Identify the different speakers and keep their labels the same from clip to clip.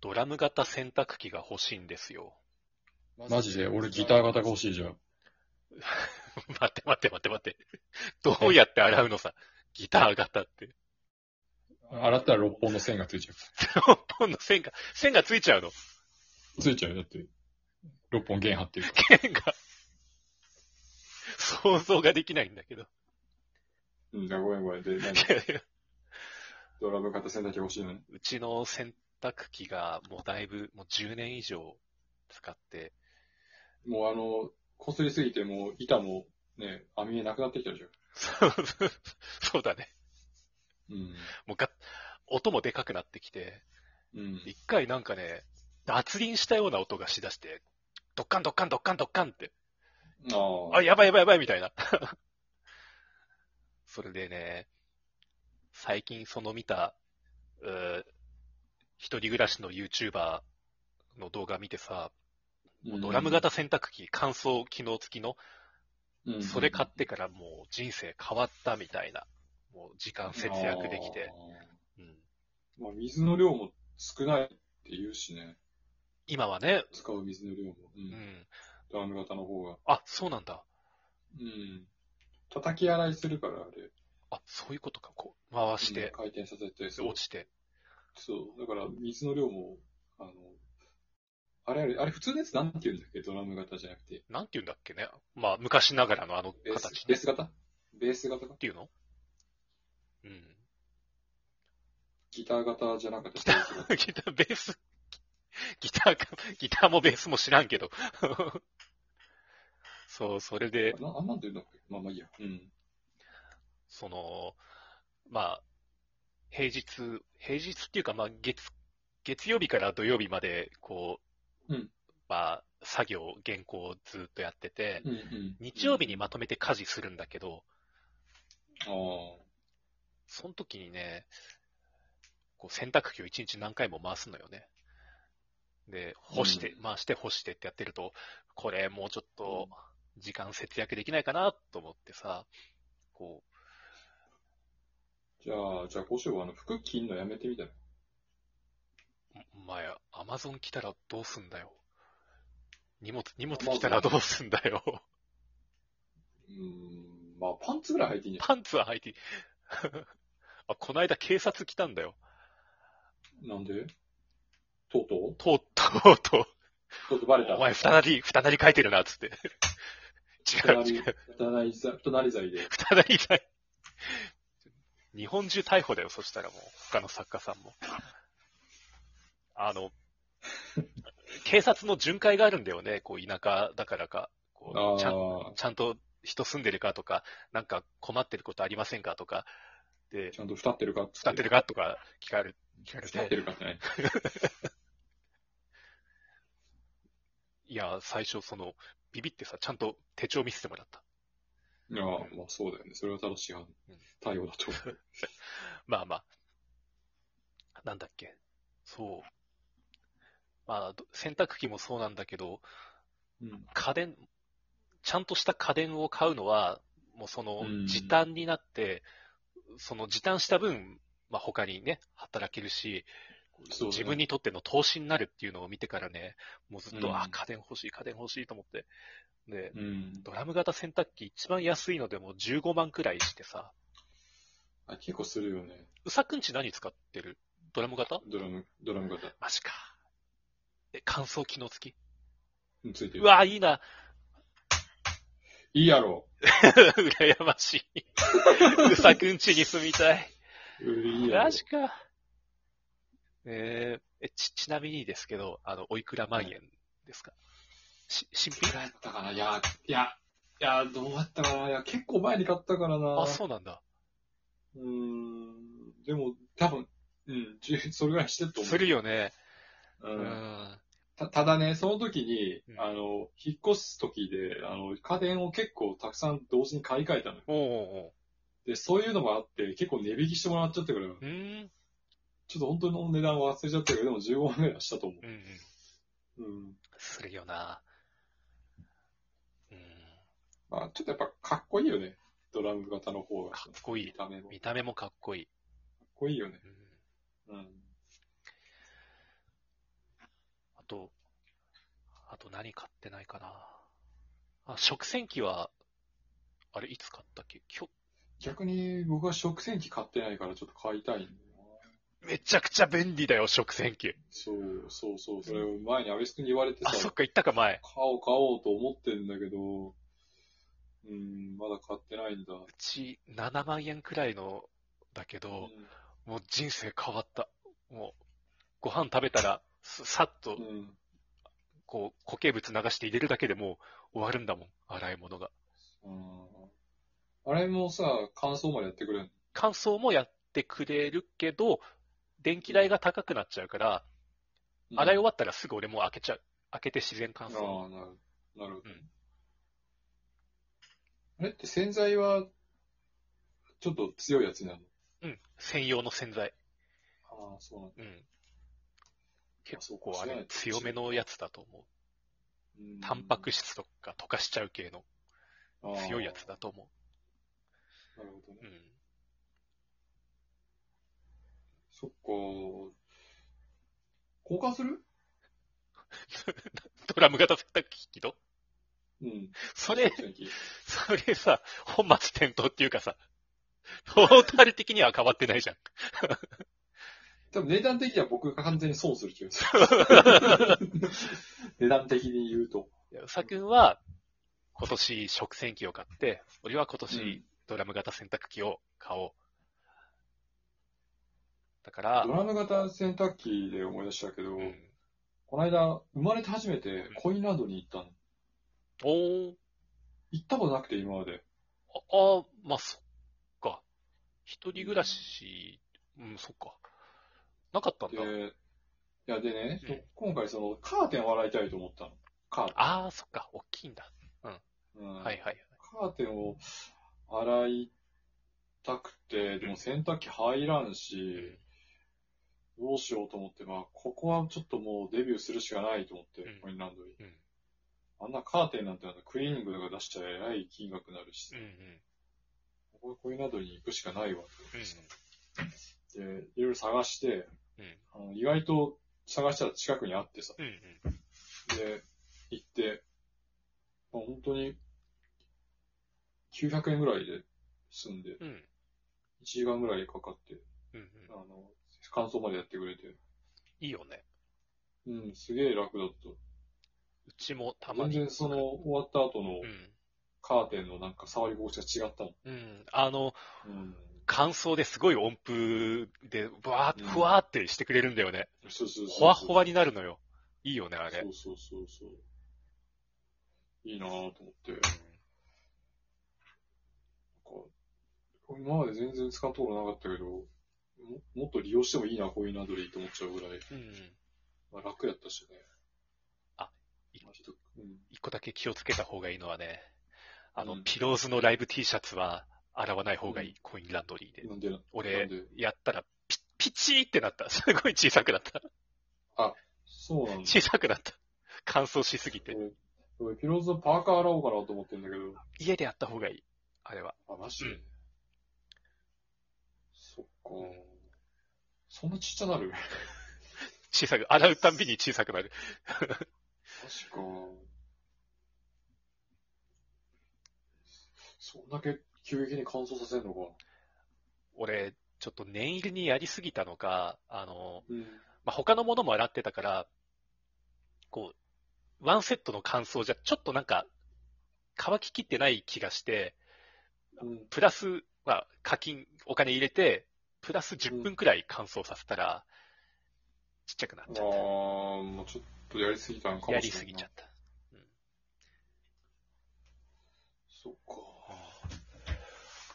Speaker 1: ドラム型洗濯機が欲しいんです よ。
Speaker 2: マジで、俺ギター型が欲しいじゃん。
Speaker 1: 待って待って待って待って。どうやって洗うのさ。ギター型って。
Speaker 2: 洗ったら6本の線がついちゃ
Speaker 1: 6本の線が、線がついちゃうの。
Speaker 2: う。ついちゃうよ。だって、6本弦張ってるから。
Speaker 1: 線が。想像ができないんだけど。い
Speaker 2: うん、ごめんごめん。で、
Speaker 1: やいや
Speaker 2: ドラム型線だけ欲しいのに。
Speaker 1: うちの洗濯機がもうだいぶ、もう10年以上使って、
Speaker 2: もうあの、擦りすぎて、もう板もね、網目なくなってきたでしょ。
Speaker 1: そうそうだね。
Speaker 2: うん。
Speaker 1: もうが、音もでかくなってきて、
Speaker 2: うん。
Speaker 1: 一回なんかね、脱輪したような音がしだして、ドッカンドッカンドッカンドッカンって、
Speaker 2: あ
Speaker 1: あ、
Speaker 2: あ。
Speaker 1: やばいやばいやばいみたいな。 それでね、最近その見た、うー一人暮らしの YouTuber の動画見てさ、
Speaker 2: もう
Speaker 1: ドラム、型洗濯機、乾燥機能付きの、
Speaker 2: うん
Speaker 1: それ買ってからもう人生変わったみたいな、もう時間節約できて、。うん
Speaker 2: あーまあ、水の量も少ないって言うしね。
Speaker 1: 今はね、
Speaker 2: 使う水の量も。
Speaker 1: う
Speaker 2: う。
Speaker 1: んん、
Speaker 2: ドラム型の方が。
Speaker 1: あ、そうなんだ。
Speaker 2: うん。叩き洗いするから、あれ。
Speaker 1: あ、そういうことか。こう、回し
Speaker 2: うん
Speaker 1: て、
Speaker 2: 回転させて、そう
Speaker 1: 落。ちて。
Speaker 2: そう。だから、水の量も、あの、あれあれ、あれ普通のやつなんて言うんだっけドラム型じゃなくて。
Speaker 1: なんて言うんだっけね。まあ、昔ながらのあの
Speaker 2: ベース
Speaker 1: 形
Speaker 2: ベ
Speaker 1: ね
Speaker 2: ース型ベース型か
Speaker 1: っていうのうん。
Speaker 2: ギター型じゃなかった。ベース 型
Speaker 1: ギター、ベース、ギターか、ギターもベースも知らんけど。 そう、それで、
Speaker 2: なあんなんて言うんだっけまあまあいいや。うん。
Speaker 1: その、まあ、平日、平日っていうか、まあ、月、月曜日から土曜日まで、こう、
Speaker 2: うん
Speaker 1: まあ、作業、原稿をずっとやってて、
Speaker 2: うんうん。
Speaker 1: 日曜日にまとめて家事するんだけど、
Speaker 2: ああ。
Speaker 1: その時にね、こう洗濯機を一日何回も回すのよね。で、干して、
Speaker 2: うん
Speaker 1: 回して干してってやってると、これもうちょっと時間節約できないかなと思ってさ、こ
Speaker 2: じゃあ、じゃあ、こうしよう。あの、服着んのやめてみたら。
Speaker 1: う、おお前、アマゾン来たらどうすんだよ。荷物、荷物来たらどうすんだ よ。
Speaker 2: うーん。まあ、パンツぐらい履いていいんじゃ
Speaker 1: パンツは履いて、 あ、この間警察来たんだよ。
Speaker 2: ないなんでとうとう
Speaker 1: とう、とうとう。
Speaker 2: とうとうバレた。
Speaker 1: お前、二なり、二なり書いてるな、つって。違う、違う。
Speaker 2: 隣ざ隣ざいで。
Speaker 1: ただ痛い。日本中逮捕だよ、そしたらもう、他の作家さんも。あの、警察の巡回があるんだよね、こう、田舎だからか。
Speaker 2: あ
Speaker 1: こ
Speaker 2: あ
Speaker 1: うちゃんちゃんと人住んでるかとか、なんか困ってることありませんかとか、で、
Speaker 2: ちゃんと蓋ってるか
Speaker 1: 使って
Speaker 2: る。
Speaker 1: るかとか聞かれ聞かれ
Speaker 2: 蓋って
Speaker 1: て、
Speaker 2: るかってない。
Speaker 1: いや、最初その、ビビってさ、ちゃんと手帳見せてもらった。
Speaker 2: いや、まあそうだよね。それは正しい反対応だと思う。
Speaker 1: まあまあ。なんだっけ。そう。まあ、ど洗濯機もそうなんだけど、
Speaker 2: うん。
Speaker 1: 家電、ちゃんとした家電を買うのは、もうその
Speaker 2: うん
Speaker 1: 時短になって、その時短した分、まあ他にね、働けるし、
Speaker 2: そうだね
Speaker 1: 自分にとっての投資になるっていうのを見てからね、もうずっと、
Speaker 2: うん
Speaker 1: あ、家電欲しい、家電欲しいと思って。で、
Speaker 2: うん。
Speaker 1: ドラム型洗濯機一番安いのでも15万くらいしてさ、
Speaker 2: あ、結構するよね。
Speaker 1: うさくんち何使ってるドラム型
Speaker 2: ドラム、ドラム型。
Speaker 1: マジか。え、乾燥機能付き。
Speaker 2: うんついて
Speaker 1: う
Speaker 2: る。
Speaker 1: わ、いいな。
Speaker 2: いいやろ。
Speaker 1: 羨ましい。うさくんちに住みたい。
Speaker 2: うんいいやろ
Speaker 1: マ。ジか。えーえ、ち、ちなみにですけど、あの、おいくら万円ですか、し、新
Speaker 2: いく
Speaker 1: 品
Speaker 2: らやったかないや、いや、いや、どうやったかないや、結構前に買ったからな。
Speaker 1: あ、そうなんだ。
Speaker 2: う。うーん。でも、多分、うん、じゅそれぐらいしてると思
Speaker 1: するよね。
Speaker 2: う。
Speaker 1: う
Speaker 2: うん。
Speaker 1: ん。
Speaker 2: た、ただね、その時に
Speaker 1: う、ん
Speaker 2: あの、引っ越す時で、あの、家電を結構たくさん同時に買い替えたのよ。
Speaker 1: おうおうお
Speaker 2: で、そういうのもあって、結構値引きしてもらっちゃったから、
Speaker 1: う。うーん。
Speaker 2: ちょっと本当の値段は忘れちゃったけど、でも15万ぐらいはしたと思
Speaker 1: うん、うん。
Speaker 2: う。うん。
Speaker 1: するよな。うん。
Speaker 2: まあ、ちょっとやっぱかっこいいよね。ドラム型の方が。
Speaker 1: かっこい
Speaker 2: 見
Speaker 1: い。
Speaker 2: た目も。かっ
Speaker 1: 見た目もかっこいい。
Speaker 2: こいいよね。
Speaker 1: うん
Speaker 2: うん。
Speaker 1: と、あと何買ってないかな。あ、食洗機は、あれ、いつ買ったっけ今
Speaker 2: 逆に僕は食洗機買ってないからちょっと買いたいんだよな。
Speaker 1: 日、めちゃくちゃ便利だよ、食洗機。
Speaker 2: そう、そうそう、それを前に安倍君に言われて
Speaker 1: あ、
Speaker 2: さ、
Speaker 1: そ
Speaker 2: 買
Speaker 1: っか、言ったか、前。
Speaker 2: おう買おうと思ってんだけど、うん、まだ買ってないんだ。
Speaker 1: うち7万円くらいのだけど、もう人生変わった。もう、ご飯食べたら、すさっと
Speaker 2: う、ん、うん
Speaker 1: こう、固形物流して入れるだけでもう終わるんだもん、洗い物が。
Speaker 2: うんあれもさ、乾燥までやってくれんの
Speaker 1: 乾燥もやってくれるけど、電気代が高くなっちゃうから、
Speaker 2: うん
Speaker 1: 洗い終わったらすぐ俺もう開けちゃう。開けて自然乾燥。
Speaker 2: ああ、なるなるほど、
Speaker 1: うん
Speaker 2: あれって洗剤は、ちょっと強いやつなの
Speaker 1: うん。専用の洗剤。
Speaker 2: ああ、そうなんだ。
Speaker 1: うん。
Speaker 2: あそ
Speaker 1: 結
Speaker 2: う
Speaker 1: 構あ
Speaker 2: そうなん
Speaker 1: れ
Speaker 2: だ
Speaker 1: 強めのやつだと思う。
Speaker 2: うん
Speaker 1: タンパク質とか溶かしちゃう系の強いやつだと思う。
Speaker 2: ああなるほどね。
Speaker 1: うん。
Speaker 2: そっか。交換する
Speaker 1: ドラム型洗濯機と
Speaker 2: うん。
Speaker 1: それ、
Speaker 2: 正直
Speaker 1: それさ、本末転倒っていうかさ、トータル的には変わってないじゃん。
Speaker 2: 多分値段的には僕が完全に損する気がす る。値段的に言うと。
Speaker 1: いやうさくんは、今年食洗機を買って、俺は今
Speaker 2: うん
Speaker 1: 年ドラム型洗濯機を買おう。だから
Speaker 2: ド、ラム型洗濯機で思い出したけど、
Speaker 1: うん、
Speaker 2: この間、生まれて初めてコインランドに行ったの。
Speaker 1: おー
Speaker 2: 行ったことなくて今まで。
Speaker 1: あ、あ、まあ、そっか。一人暮らし、うん、そっか。なかったんだ。
Speaker 2: で、いやでね、
Speaker 1: うん
Speaker 2: 今回そのカーテンを洗いたいと思ったの。カーテ
Speaker 1: ああ、そっか。大きいんだ。
Speaker 2: ン。うん
Speaker 1: はいはい。
Speaker 2: カーテンを洗いたくて、でも洗濯機入らんし、どうしようと思って、まあ、ここはちょっともうデビューするしかないと思って、
Speaker 1: うん
Speaker 2: コインランドに。
Speaker 1: うん。
Speaker 2: あんなカーテンなんてあのクリーニングとか出したらえらい金額になる
Speaker 1: う
Speaker 2: しさ、
Speaker 1: んうん。
Speaker 2: ここはコインランドに行くしかないわって
Speaker 1: うん
Speaker 2: で、いろいろ探して、
Speaker 1: うん。うん
Speaker 2: あの意外と探したら近くにあってさ、
Speaker 1: うん
Speaker 2: で、行って、まあ、本当に900円ぐらいで済んで、
Speaker 1: うん。うん。
Speaker 2: 1時間ぐらいかかって、
Speaker 1: うんうん。
Speaker 2: あの、感想までやってくれて。
Speaker 1: いいよね。
Speaker 2: うん、すげえ楽だっ
Speaker 1: うちもた
Speaker 2: た。
Speaker 1: ま
Speaker 2: 全
Speaker 1: に。
Speaker 2: 然その、終わった後の
Speaker 1: うん。
Speaker 2: カーテンのなんか触り心地が違ったの。
Speaker 1: うん。あの、
Speaker 2: うん。
Speaker 1: 乾燥ですごい音符で、ぶわー、
Speaker 2: うん
Speaker 1: ふわーってしてくれるんだよね。
Speaker 2: そうそうそうそう。
Speaker 1: ほわほわになるのよ。いいよね、あれ
Speaker 2: そ。うそうそうそう。いいなぁと思って。なんか、今まで全然使うところなかったけど、ももっと利用してもいいな、こういうナドリーと思っちゃうぐらい、
Speaker 1: うん。
Speaker 2: まあ、楽やったしね。
Speaker 1: あ、
Speaker 2: いちょっと、うん。
Speaker 1: 一個だけ気をつけた方がいいのはね、あの、
Speaker 2: うん
Speaker 1: ピローズのライブ T シャツは洗わない方がいい、コインランドリーで。
Speaker 2: なんでな、なん
Speaker 1: 俺
Speaker 2: で、
Speaker 1: やったらピ、ピチーってなった。 すごい小さくなった。
Speaker 2: そうなんだ。
Speaker 1: 小さくなった。乾燥しすぎて。
Speaker 2: 俺、俺ピローズのパーカー洗おうかなと思ってんだけど、
Speaker 1: 家でやった方がいい。あれは。
Speaker 2: あ、マジで、
Speaker 1: うん
Speaker 2: そっか。そんなちっちゃなる
Speaker 1: 小さく、洗うたんびに小さくなる。
Speaker 2: 確か。そんだけ急激に乾燥させるのか。
Speaker 1: 俺、ちょっと念入りにやりすぎたのか、あの、
Speaker 2: うん。
Speaker 1: まあ、他のものも洗ってたから、こう、ワンセットの乾燥じゃ、ちょっとなんか、乾ききってない気がして、
Speaker 2: うん。
Speaker 1: プラス、まあ、課金、お金入れて、プラス10分くらい乾燥させたら、ちっちゃくなっ
Speaker 2: あ
Speaker 1: ち
Speaker 2: ー、
Speaker 1: ゃっ
Speaker 2: もうちょっとやりすぎたんか
Speaker 1: た。
Speaker 2: も
Speaker 1: や
Speaker 2: しれんない。
Speaker 1: りすぎちゃった。
Speaker 2: そっか。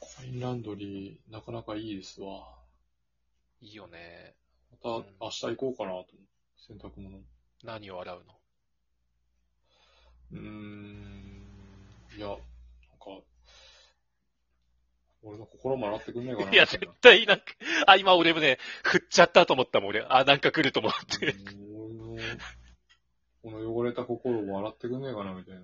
Speaker 2: コインランドリー、なかなかいいですわ。
Speaker 1: いいよね。
Speaker 2: また明日行こうかなと思って。洗濯物。
Speaker 1: 何を洗うの
Speaker 2: うーんいや、なんか、俺の心も洗ってくんねえかな。
Speaker 1: いや、絶対なんか、あ、今俺もね、振っちゃったと思ったもん、俺。あ、なんか来ると思って。
Speaker 2: うん俺の、この汚れた心を洗ってくんねえかな、みたいな。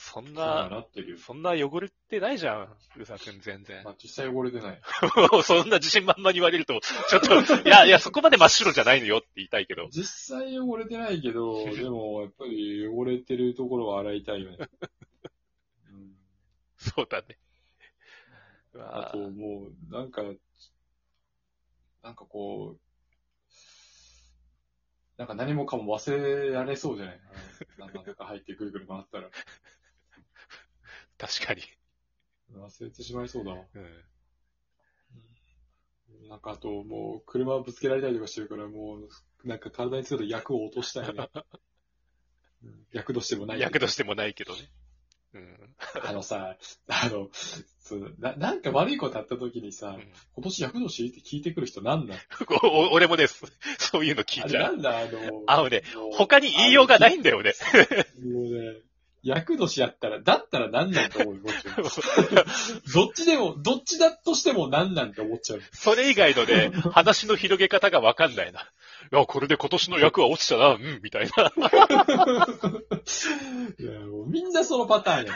Speaker 1: そん
Speaker 2: そう
Speaker 1: な、
Speaker 2: なってるよ。
Speaker 1: そんな汚れてないじゃん、うさくん全然。
Speaker 2: まあ、実際汚れてない。
Speaker 1: そんな自信満々に言われると、ちょっと、いや、いや、そこまで真っ白じゃないのよって言いたいけど。
Speaker 2: 実際汚れてない けど、でも、やっぱり汚れてるところは洗いたいよね。うん
Speaker 1: そうだね。う
Speaker 2: あ
Speaker 1: わ
Speaker 2: と、もう、なんか、なんかこう、なんか何もかも忘れられそうじ ゃないなんかなんか入ってくるくる回ったら。
Speaker 1: 確かに。
Speaker 2: 忘れてしまいそうだわ。
Speaker 1: うん。
Speaker 2: なんかあと、もう、車ぶつけられたりとかしてるから、もう、なんか体につけた役を落としたい ね。うん役としてもないけど。
Speaker 1: 役としてもないけどね。うん。
Speaker 2: あのさ、あの、そうななんか悪いことあった時に
Speaker 1: う
Speaker 2: さ、
Speaker 1: ん
Speaker 2: 今年役年って聞いてくる人なんだ
Speaker 1: おお俺もです。 そういうの聞
Speaker 2: あ
Speaker 1: いち
Speaker 2: れ
Speaker 1: ゃ
Speaker 2: な
Speaker 1: う。
Speaker 2: んだあの、
Speaker 1: あのね、
Speaker 2: もう
Speaker 1: 他に言いようがないんだよね。
Speaker 2: もうね、役年やったら、だったらなんなんと思うよ、こっち はどっちでも、どっちだとしてもなんなんて思っちゃう。
Speaker 1: それ以外のね、話の広げ方がわかんないな。いや、これで今年の役は落ちたな、うん、みたいな。
Speaker 2: いや、もうみんなそのパターンやん。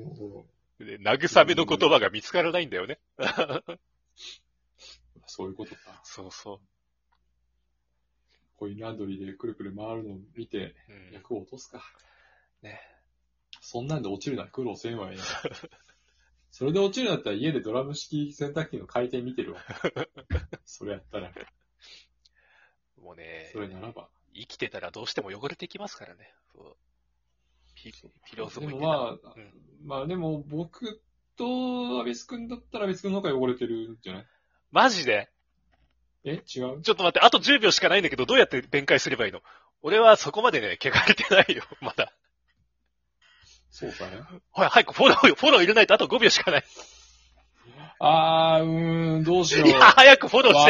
Speaker 2: も
Speaker 1: で慰めの言葉が見つからないんだよね。
Speaker 2: う、そういうことか。
Speaker 1: そうそ
Speaker 2: コインランドリーでくるくる回るのを見て、
Speaker 1: う。うん、
Speaker 2: 役を落とすか。
Speaker 1: ね。
Speaker 2: そんなんで落ちるなら苦労せんわいな。それで落ちるんだったら家でドラム式洗濯機の回転見てるわ。それやったら、
Speaker 1: もうね
Speaker 2: そ、れならば。
Speaker 1: 生きてたらどうしても汚れてきますからね。そうピピローズ
Speaker 2: で
Speaker 1: もい
Speaker 2: も
Speaker 1: てた。
Speaker 2: まあ、
Speaker 1: うん
Speaker 2: まあでも僕とアビス君だったらアビス君の方が汚れてるんじゃない
Speaker 1: マジで
Speaker 2: え違う
Speaker 1: ちょっと待って、あと10秒しかないんだけど、どうやって弁解すればいいの俺はそこまでね、汚れてないよ、 まだ。
Speaker 2: そうか ね。
Speaker 1: ほら、早くフォロー、フォロー入れないとあと5秒しかない。
Speaker 2: あー、うーん、どうしよ
Speaker 1: いや、
Speaker 2: う。
Speaker 1: 早くフォローして。